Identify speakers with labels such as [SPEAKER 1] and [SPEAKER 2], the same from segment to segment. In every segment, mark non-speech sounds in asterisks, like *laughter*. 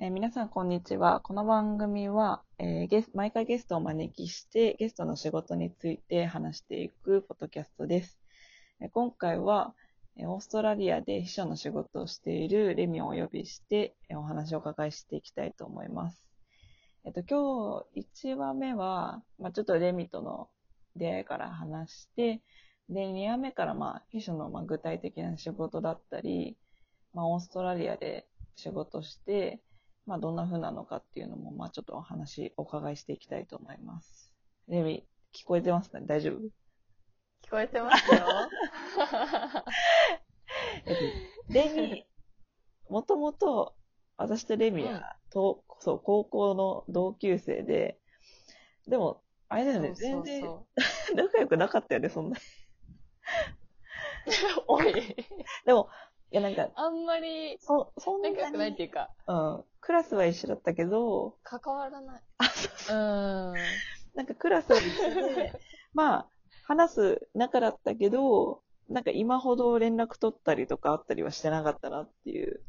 [SPEAKER 1] えー皆さん、こんにちは。この番組は、えーゲス毎回ゲストをお招きして、ゲストの仕事について話していくポッドキャストです。えー今回は、えーオーストラリアで秘書の仕事をしているレミをお呼びして、えーお話をお伺いしていきたいと思います。えっと、今日1話目は、まあ、ちょっとレミとの出会いから話して、で、2話目から、まあ、秘書のまあ具体的な仕事だったり、まあ、オーストラリアで仕事して、まあ、どんな風なのかっていうのも、まあ、ちょっとお話、お伺いしていきたいと思います。レミ、聞こえてますかね大丈夫
[SPEAKER 2] 聞こえてます
[SPEAKER 1] *laughs*
[SPEAKER 2] よ。
[SPEAKER 1] えっとレミ、
[SPEAKER 2] *laughs*
[SPEAKER 1] もともと、私とレミ
[SPEAKER 2] うん
[SPEAKER 1] は、とそう、高校の同級生で、でも、あれだよね、
[SPEAKER 2] そうそうそ
[SPEAKER 1] 全
[SPEAKER 2] う
[SPEAKER 1] 然仲良くなかったよね、そんな。
[SPEAKER 2] *laughs* おい、
[SPEAKER 1] でも、いや、なんか、
[SPEAKER 2] あんまり
[SPEAKER 1] そ、そんな
[SPEAKER 2] 仲
[SPEAKER 1] に、
[SPEAKER 2] 良くないっていうか、
[SPEAKER 1] うん、クラスは一緒だったけど、
[SPEAKER 2] 関わらない。うーん。
[SPEAKER 1] なんかクラスは一緒で、まあ、話す仲だったけど、なんか今ほど連絡取ったりとかあったりはしてなかったなっていう。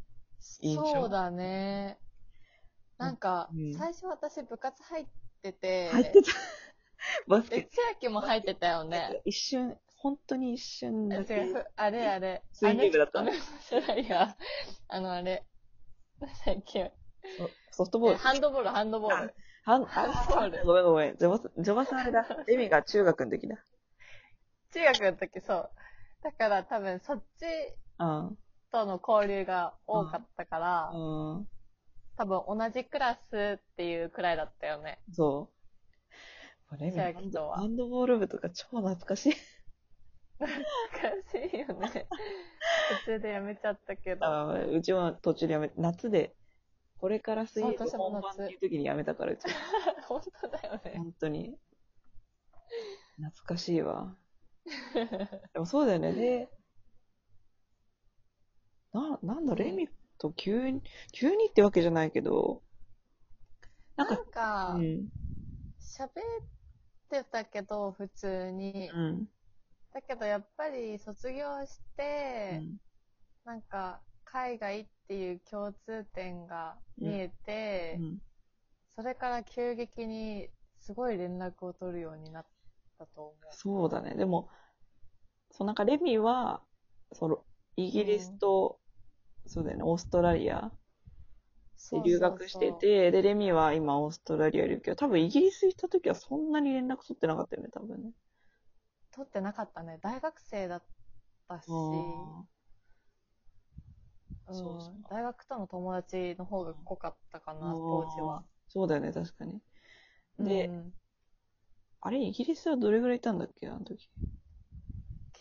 [SPEAKER 1] 印象
[SPEAKER 2] そうだね。なんか
[SPEAKER 1] うん、
[SPEAKER 2] 最初私部活入ってて、
[SPEAKER 1] 入ってた。 *laughs* バスケ
[SPEAKER 2] で、
[SPEAKER 1] ッ
[SPEAKER 2] 千秋も入ってたよ
[SPEAKER 1] ト。
[SPEAKER 2] ね。
[SPEAKER 1] 一瞬、本当に一瞬だけ
[SPEAKER 2] 違。うあれあれ。
[SPEAKER 1] 水泳部だった
[SPEAKER 2] あの *laughs* 人じゃないや。あのあれ。なんだっけ
[SPEAKER 1] ソフトボール。
[SPEAKER 2] ハンドボール、ハンドボール。
[SPEAKER 1] はん、
[SPEAKER 2] ハンドボール
[SPEAKER 1] ごめんごめん。ジョバス、ジョバさんあれだ。エミが中学の時だ。
[SPEAKER 2] 中学の時そう。だから多分そっち
[SPEAKER 1] うん。
[SPEAKER 2] との交流が多かったから、
[SPEAKER 1] うん。
[SPEAKER 2] 多分同じクラスっていうくらいだったよね。
[SPEAKER 1] そう。これ、
[SPEAKER 2] 千秋とは
[SPEAKER 1] ハンドボール部とか超懐かしい。
[SPEAKER 2] 難しいよね。途中でやめちゃったけど。
[SPEAKER 1] あーうちは途中でやめ、夏で、これから水泳部
[SPEAKER 2] そう私も
[SPEAKER 1] 本番っていう時にやめたから、うちは。
[SPEAKER 2] 本当だよね。
[SPEAKER 1] 本当に。懐かしい
[SPEAKER 2] *laughs*
[SPEAKER 1] わ。でもそうだよね。で、な、なんだ、レミと急に、急にってわけじゃないけど、なん
[SPEAKER 2] な
[SPEAKER 1] か、
[SPEAKER 2] んか
[SPEAKER 1] う、ん。
[SPEAKER 2] 喋ってたけど、普通に。
[SPEAKER 1] うん。
[SPEAKER 2] だけどやっぱり卒業して、なんか、海外っていう共通点が見えて、
[SPEAKER 1] うん
[SPEAKER 2] それから急激にすごい連絡を取るようになったと思う。
[SPEAKER 1] そうだね。でも、そう、なんかレミは、その、イギリスと、そうだよね、オーストラリア
[SPEAKER 2] そ
[SPEAKER 1] で
[SPEAKER 2] う
[SPEAKER 1] 留学してて、
[SPEAKER 2] そうそう
[SPEAKER 1] で、レミは今オーストラリアいるけど、多分イギリス行った時はそんなに連絡取ってなかったよね、多分ね。
[SPEAKER 2] 取ってなかったね。大学生だったし、
[SPEAKER 1] うん
[SPEAKER 2] うん
[SPEAKER 1] そうそう
[SPEAKER 2] 大学との友達の方が濃かったかな、当時は。
[SPEAKER 1] そうだよね、確かに。で、
[SPEAKER 2] うん
[SPEAKER 1] あれ、イギリスはどれぐらいいたんだっけ、あの時。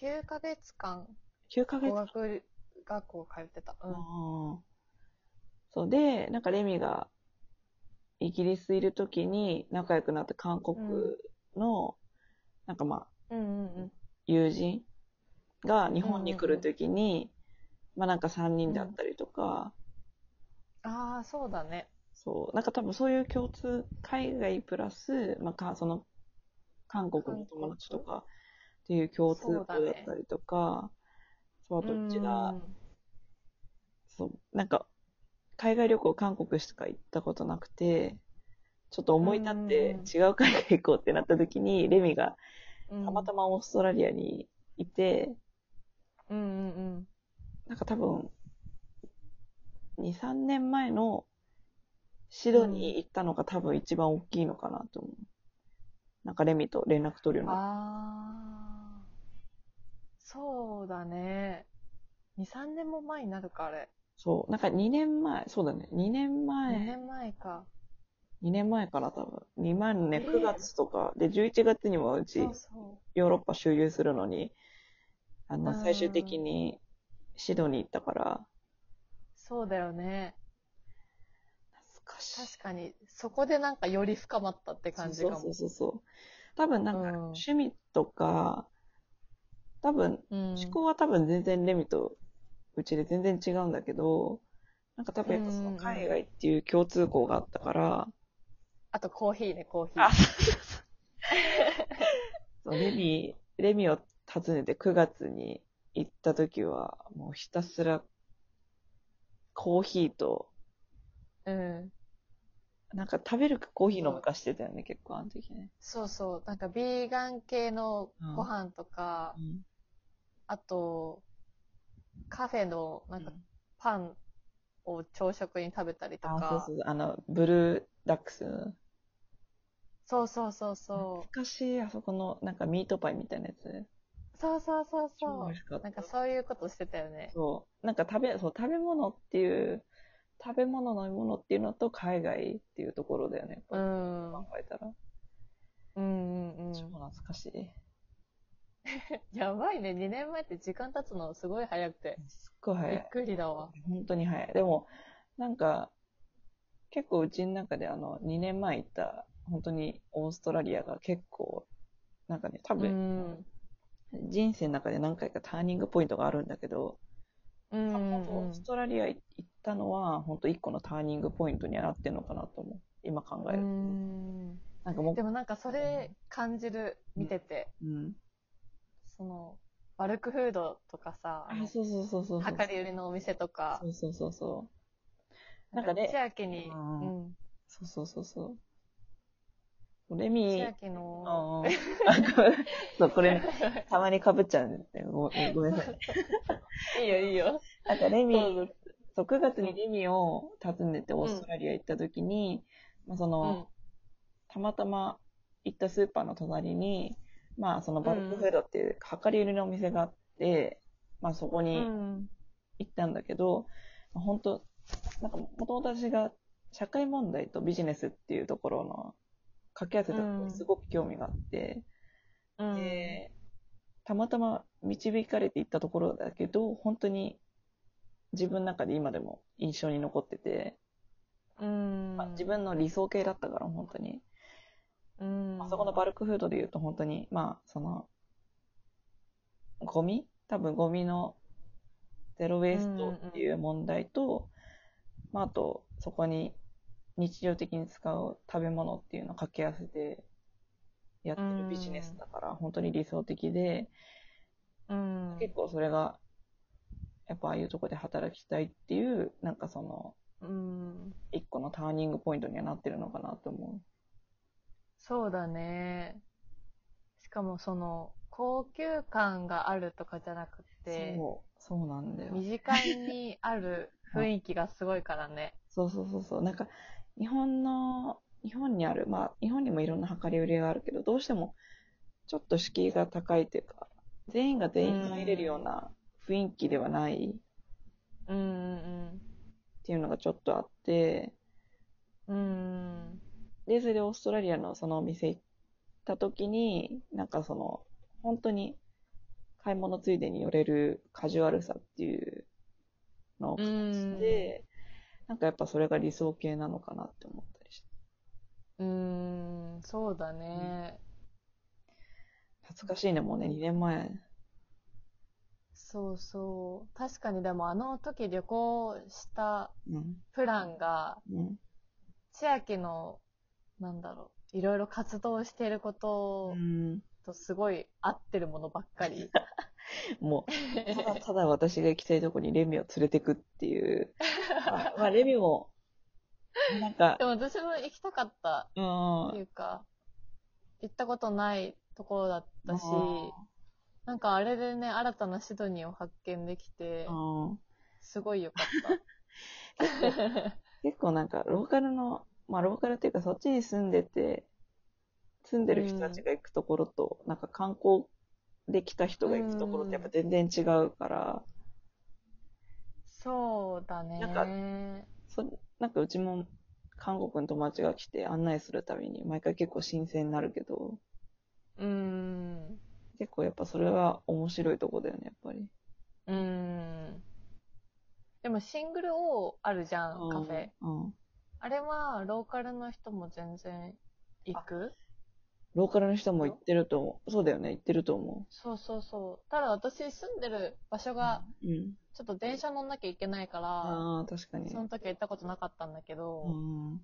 [SPEAKER 2] 9ヶ月間、
[SPEAKER 1] 9ヶ月
[SPEAKER 2] 語学学校通ってた。うん。
[SPEAKER 1] うんそうで、なんかレミがイギリスいる時に仲良くなって韓国の、なんかまあ、
[SPEAKER 2] うんうんうん。
[SPEAKER 1] 友人が日本に来る時に、まあなんか3人だったりとか、
[SPEAKER 2] ああ、そうだね。
[SPEAKER 1] そう、なんか多分そういう共通、海外プラス、まあか、その、韓国の友達とかっていう共通項だ
[SPEAKER 2] そうだね
[SPEAKER 1] ったりとか、そう、あとうちが、
[SPEAKER 2] うん
[SPEAKER 1] そう、なんか、海外旅行、韓国しか行ったことなくて、ちょっと思い立って
[SPEAKER 2] うん
[SPEAKER 1] 違う海外行こうってなった時に、レミが
[SPEAKER 2] うん、
[SPEAKER 1] たまたまオーストラリアにいて、
[SPEAKER 2] うんうんうん。
[SPEAKER 1] なんか多分、2、3年前のシドニー行ったのが多分一番大きいのかなと思う。なんかレミと連絡取るようになっ
[SPEAKER 2] ああ。そうだね。2、3年も前になるか、あれ。
[SPEAKER 1] そう、なんか2年前、そうだね、2年
[SPEAKER 2] 2
[SPEAKER 1] 前、
[SPEAKER 2] 年前か。
[SPEAKER 1] 2年前から多分、2万ね、
[SPEAKER 2] えー
[SPEAKER 1] 9月とか、で、11月にもうち
[SPEAKER 2] そうそ
[SPEAKER 1] ヨーロッパ周遊するのに、あ
[SPEAKER 2] う
[SPEAKER 1] の、
[SPEAKER 2] ん
[SPEAKER 1] 最終的にシドニー行ったから、
[SPEAKER 2] う。そうだよね。
[SPEAKER 1] 懐かしい。
[SPEAKER 2] 確かに、そこでなんかより深まったって感じかも。
[SPEAKER 1] そうそうそうそう。多分なんか、
[SPEAKER 2] うん
[SPEAKER 1] 趣味とか、多分、
[SPEAKER 2] うん
[SPEAKER 1] 思考は多分全然レミとうちで全然違うんだけど、なんか多分やっぱその
[SPEAKER 2] うん
[SPEAKER 1] 海外っていう共通項があったから、
[SPEAKER 2] あとコーヒーね、コーヒ
[SPEAKER 1] あ
[SPEAKER 2] ー。
[SPEAKER 1] そうレミ、レミを訪ねて9月に行った時は、もうひたすらコーヒーと
[SPEAKER 2] うん。
[SPEAKER 1] なんか食べるコーヒー飲むかしてたよね、結構あの時ね。
[SPEAKER 2] そうそう。なんか、ビーガン系のご飯とか、
[SPEAKER 1] うん。
[SPEAKER 2] あと、カフェの、なんか、パンを朝食に食べたりと
[SPEAKER 1] あ、そう
[SPEAKER 2] か。
[SPEAKER 1] そう、あの、ブルーダックス。
[SPEAKER 2] そうそうそうそ
[SPEAKER 1] 懐かしい、あそこの、なんかミートパイみたいなやつ。
[SPEAKER 2] う。そうそうそう
[SPEAKER 1] 超
[SPEAKER 2] そ
[SPEAKER 1] 美味しかっ
[SPEAKER 2] う。なん
[SPEAKER 1] た
[SPEAKER 2] か。そういうことしてたよね。
[SPEAKER 1] そう。なんか食べ、そう、食べ物っていう、食べ物、飲み物っていうのと海外っていうところだよね。
[SPEAKER 2] う
[SPEAKER 1] やっぱ
[SPEAKER 2] ん。う
[SPEAKER 1] 考
[SPEAKER 2] ん
[SPEAKER 1] えたら。
[SPEAKER 2] うんうん。
[SPEAKER 1] 超懐かしい。
[SPEAKER 2] やばいね。2年前って時間経つのすごい早くて。
[SPEAKER 1] すっごい早
[SPEAKER 2] び
[SPEAKER 1] い
[SPEAKER 2] っ。くりだわ。
[SPEAKER 1] 本当に早い。でも、なんか、結構うちの中であの、2年前行った、本当にオーストラリアが結構、なんかね、多
[SPEAKER 2] う
[SPEAKER 1] 分、
[SPEAKER 2] ん。
[SPEAKER 1] 人生の中で何回かターニングポイントがあるんだけど、
[SPEAKER 2] う
[SPEAKER 1] 多分
[SPEAKER 2] ん。
[SPEAKER 1] オ
[SPEAKER 2] う
[SPEAKER 1] ー
[SPEAKER 2] ん
[SPEAKER 1] ストラリア行ったのは、本当一個のターニングポイントにはなってんのかなと思う。今考え
[SPEAKER 2] う
[SPEAKER 1] ると。
[SPEAKER 2] ん。
[SPEAKER 1] なんかもう
[SPEAKER 2] で、もなんかそれ感じる、見てて。
[SPEAKER 1] うん。
[SPEAKER 2] その、バルクフードとかさ、
[SPEAKER 1] あ、そうそうそうそうそう。
[SPEAKER 2] 量り売りのお店とか
[SPEAKER 1] そ、うそうそうそう。な
[SPEAKER 2] なん
[SPEAKER 1] か
[SPEAKER 2] んか
[SPEAKER 1] ね
[SPEAKER 2] 千秋に、
[SPEAKER 1] う
[SPEAKER 2] うんん。
[SPEAKER 1] そうそうそうそう。レ
[SPEAKER 2] 千
[SPEAKER 1] ミ、
[SPEAKER 2] 秋の、
[SPEAKER 1] あー
[SPEAKER 2] *laughs*
[SPEAKER 1] そう、これ、たまにかぶっちゃうんで、ごごめんなさい。
[SPEAKER 2] *laughs* いいよいいよ。
[SPEAKER 1] なんかレミ、
[SPEAKER 2] どうぞ
[SPEAKER 1] そう9月にレミを訪ねてオーストラリア行った時に、まあ、その、たまたま行ったスーパーの隣に、まあ、そのバルクフードっていう量り売りのお店があって、まあ、そこ
[SPEAKER 2] う
[SPEAKER 1] に
[SPEAKER 2] ん。
[SPEAKER 1] 行ったんだけど、まあ本当なんか、もともと私が社会問題とビジネスっていうところの掛け合わせたところにすごく興味があって、
[SPEAKER 2] うん。
[SPEAKER 1] で、たまたま導かれていったところだけど、本当に自分の中で今でも印象に残ってて、
[SPEAKER 2] うん
[SPEAKER 1] まあ、自、分の理想形だったから、本当に。
[SPEAKER 2] うん。
[SPEAKER 1] あそこのバルクフードで言うと本当に、まあ、その、ゴミ多分ゴミのゼロウェイストっていう問題と、まあ、あと、そこに日常的に使う食べ物っていうのを掛け合わせてやってるビジネスだから、本当に理想的で、
[SPEAKER 2] うん。
[SPEAKER 1] 結構それが、やっぱああいうとこで働きたいっていう、なんかその、
[SPEAKER 2] うん。
[SPEAKER 1] 一個のターニングポイントにはなってるのかなと思
[SPEAKER 2] そうだね。しかもその、高級感があるとかじゃなく
[SPEAKER 1] う。
[SPEAKER 2] て、
[SPEAKER 1] そう、そうなんだよ。
[SPEAKER 2] 身近にある雰囲気がすごいからね。
[SPEAKER 1] そうそうそうそう。なんか、日本の、日本にある、まあ、日本にもいろんな量り売りがあるけど、どうしても、ちょっと敷居が高いというか、全員が全員入れるような雰囲気ではない
[SPEAKER 2] *laughs* うんうん
[SPEAKER 1] っていうのがちょっとあって、
[SPEAKER 2] うん。うん。
[SPEAKER 1] で、それでオーストラリアのそのお店行った時に、なんかその、本当に買い物ついでに寄れるカジュアルさっていうのを感じて、なんかやっぱそれが理想系なのかなって思ったりして。
[SPEAKER 2] うーん、そうだね。
[SPEAKER 1] 懐かしいね、もうね、2年前。
[SPEAKER 2] そうそう。確かにでもあの時旅行した
[SPEAKER 1] うん。
[SPEAKER 2] プランが、
[SPEAKER 1] うん。
[SPEAKER 2] 千秋の、なんだろう、いろいろ活動していること
[SPEAKER 1] うん
[SPEAKER 2] とすごい合ってるものばっか *laughs* り。
[SPEAKER 1] もう、ただただ私が行きたいとこにレミを連れてくって *laughs* いう。まあ、まあレミも、なんか
[SPEAKER 2] で、も私も行きたかった
[SPEAKER 1] う
[SPEAKER 2] ってい
[SPEAKER 1] ん。
[SPEAKER 2] うか、行ったことないところだったし
[SPEAKER 1] あー、
[SPEAKER 2] なんかあれでね、新たなシドニーを発見できて、
[SPEAKER 1] うん
[SPEAKER 2] すごいよかった。
[SPEAKER 1] *laughs* 結構なんか、ローカルの、まあ、ローカルっていうか、そっちに住んでて、住んでる人たちが行くところと、なんか観光で来た人が行くところってやっぱ全然違うから、
[SPEAKER 2] そうだね。
[SPEAKER 1] なんかそなんかうちも韓国の友達が来て案内するたびに、毎回結構新鮮になるけど、
[SPEAKER 2] うーん。
[SPEAKER 1] 結構やっぱそれは面白いとこだよね、やっぱり。
[SPEAKER 2] うーん。でもシングル O あるじゃん、カフェ。
[SPEAKER 1] うん。うん
[SPEAKER 2] あれはローカルの人も全然行く
[SPEAKER 1] ローカルの人も行ってると思う。そうだよね、行ってると思
[SPEAKER 2] そうそうそう。ただ私住んでる場所
[SPEAKER 1] う。
[SPEAKER 2] が
[SPEAKER 1] うん。
[SPEAKER 2] ちょっと電車乗んなきゃいけないから、
[SPEAKER 1] ああ、確かに。
[SPEAKER 2] その時は行ったことなかったんだけ
[SPEAKER 1] う
[SPEAKER 2] ど、
[SPEAKER 1] ん。
[SPEAKER 2] で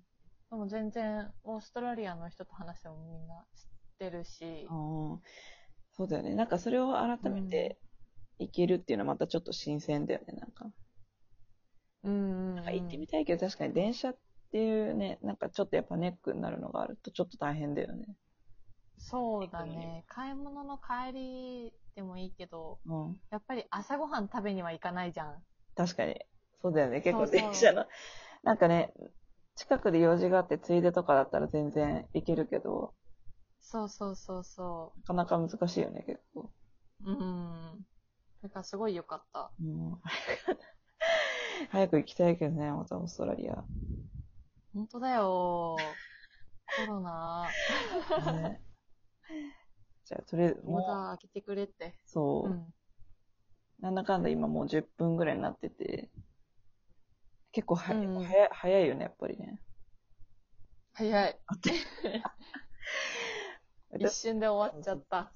[SPEAKER 2] も全然オーストラリアの人と話してもみんな知ってるし、
[SPEAKER 1] ああ、そうだよね。なんかそれを改めて行けるっていうのはまたちょっと新鮮だよね、なんか。
[SPEAKER 2] うんうんうん。
[SPEAKER 1] なんか行ってみたいけど、確かに電車っていうね、なんかちょっとやっぱネックになるのがあるとちょっと大変だよね。
[SPEAKER 2] そうだね。買い物の帰りでもいいけど、
[SPEAKER 1] うん。
[SPEAKER 2] やっぱり朝ごはん食べには行かないじゃん。
[SPEAKER 1] 確かに。そうだよね。結構
[SPEAKER 2] そうそう
[SPEAKER 1] 電車の。なんかね、近くで用事があってついでとかだったら全然行けるけど、
[SPEAKER 2] そうそうそうそ
[SPEAKER 1] なかなか難しいよね、結構。
[SPEAKER 2] う。うん。だからすごい良かった。
[SPEAKER 1] うん。早く行きたいけどね、またオーストラリア。
[SPEAKER 2] 本当だ *laughs* よ。コロナ。
[SPEAKER 1] ね、 *laughs* じゃあ、とりあえず、
[SPEAKER 2] ま
[SPEAKER 1] もう、
[SPEAKER 2] た開けてくれって。
[SPEAKER 1] そう、
[SPEAKER 2] うん。
[SPEAKER 1] なんだかんだ今もう10分ぐらいになってて、結構は、
[SPEAKER 2] うんうん
[SPEAKER 1] 早い早いよね、やっぱりね。
[SPEAKER 2] 早 *laughs* い。一
[SPEAKER 1] 私、
[SPEAKER 2] 瞬で終わっちゃった。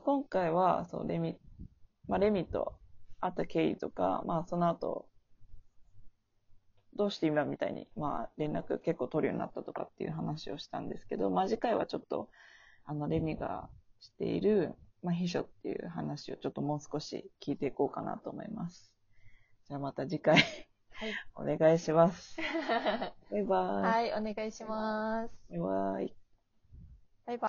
[SPEAKER 1] 今回は、そう、レミ、まあ、レミと会った経緯とか、まあ、その後、どうして今みたいに、まあ、連絡結構取るようになったとかっていう話をしたんですけど、まあ、次回はちょっと、あの、レミがしている、まあ、秘書っていう話をちょっともう少し聞いていこうかなと思います。じゃあまた次回、 *laughs* お願いします。バイバイ。
[SPEAKER 2] はい、お願いします。
[SPEAKER 1] バイバイ。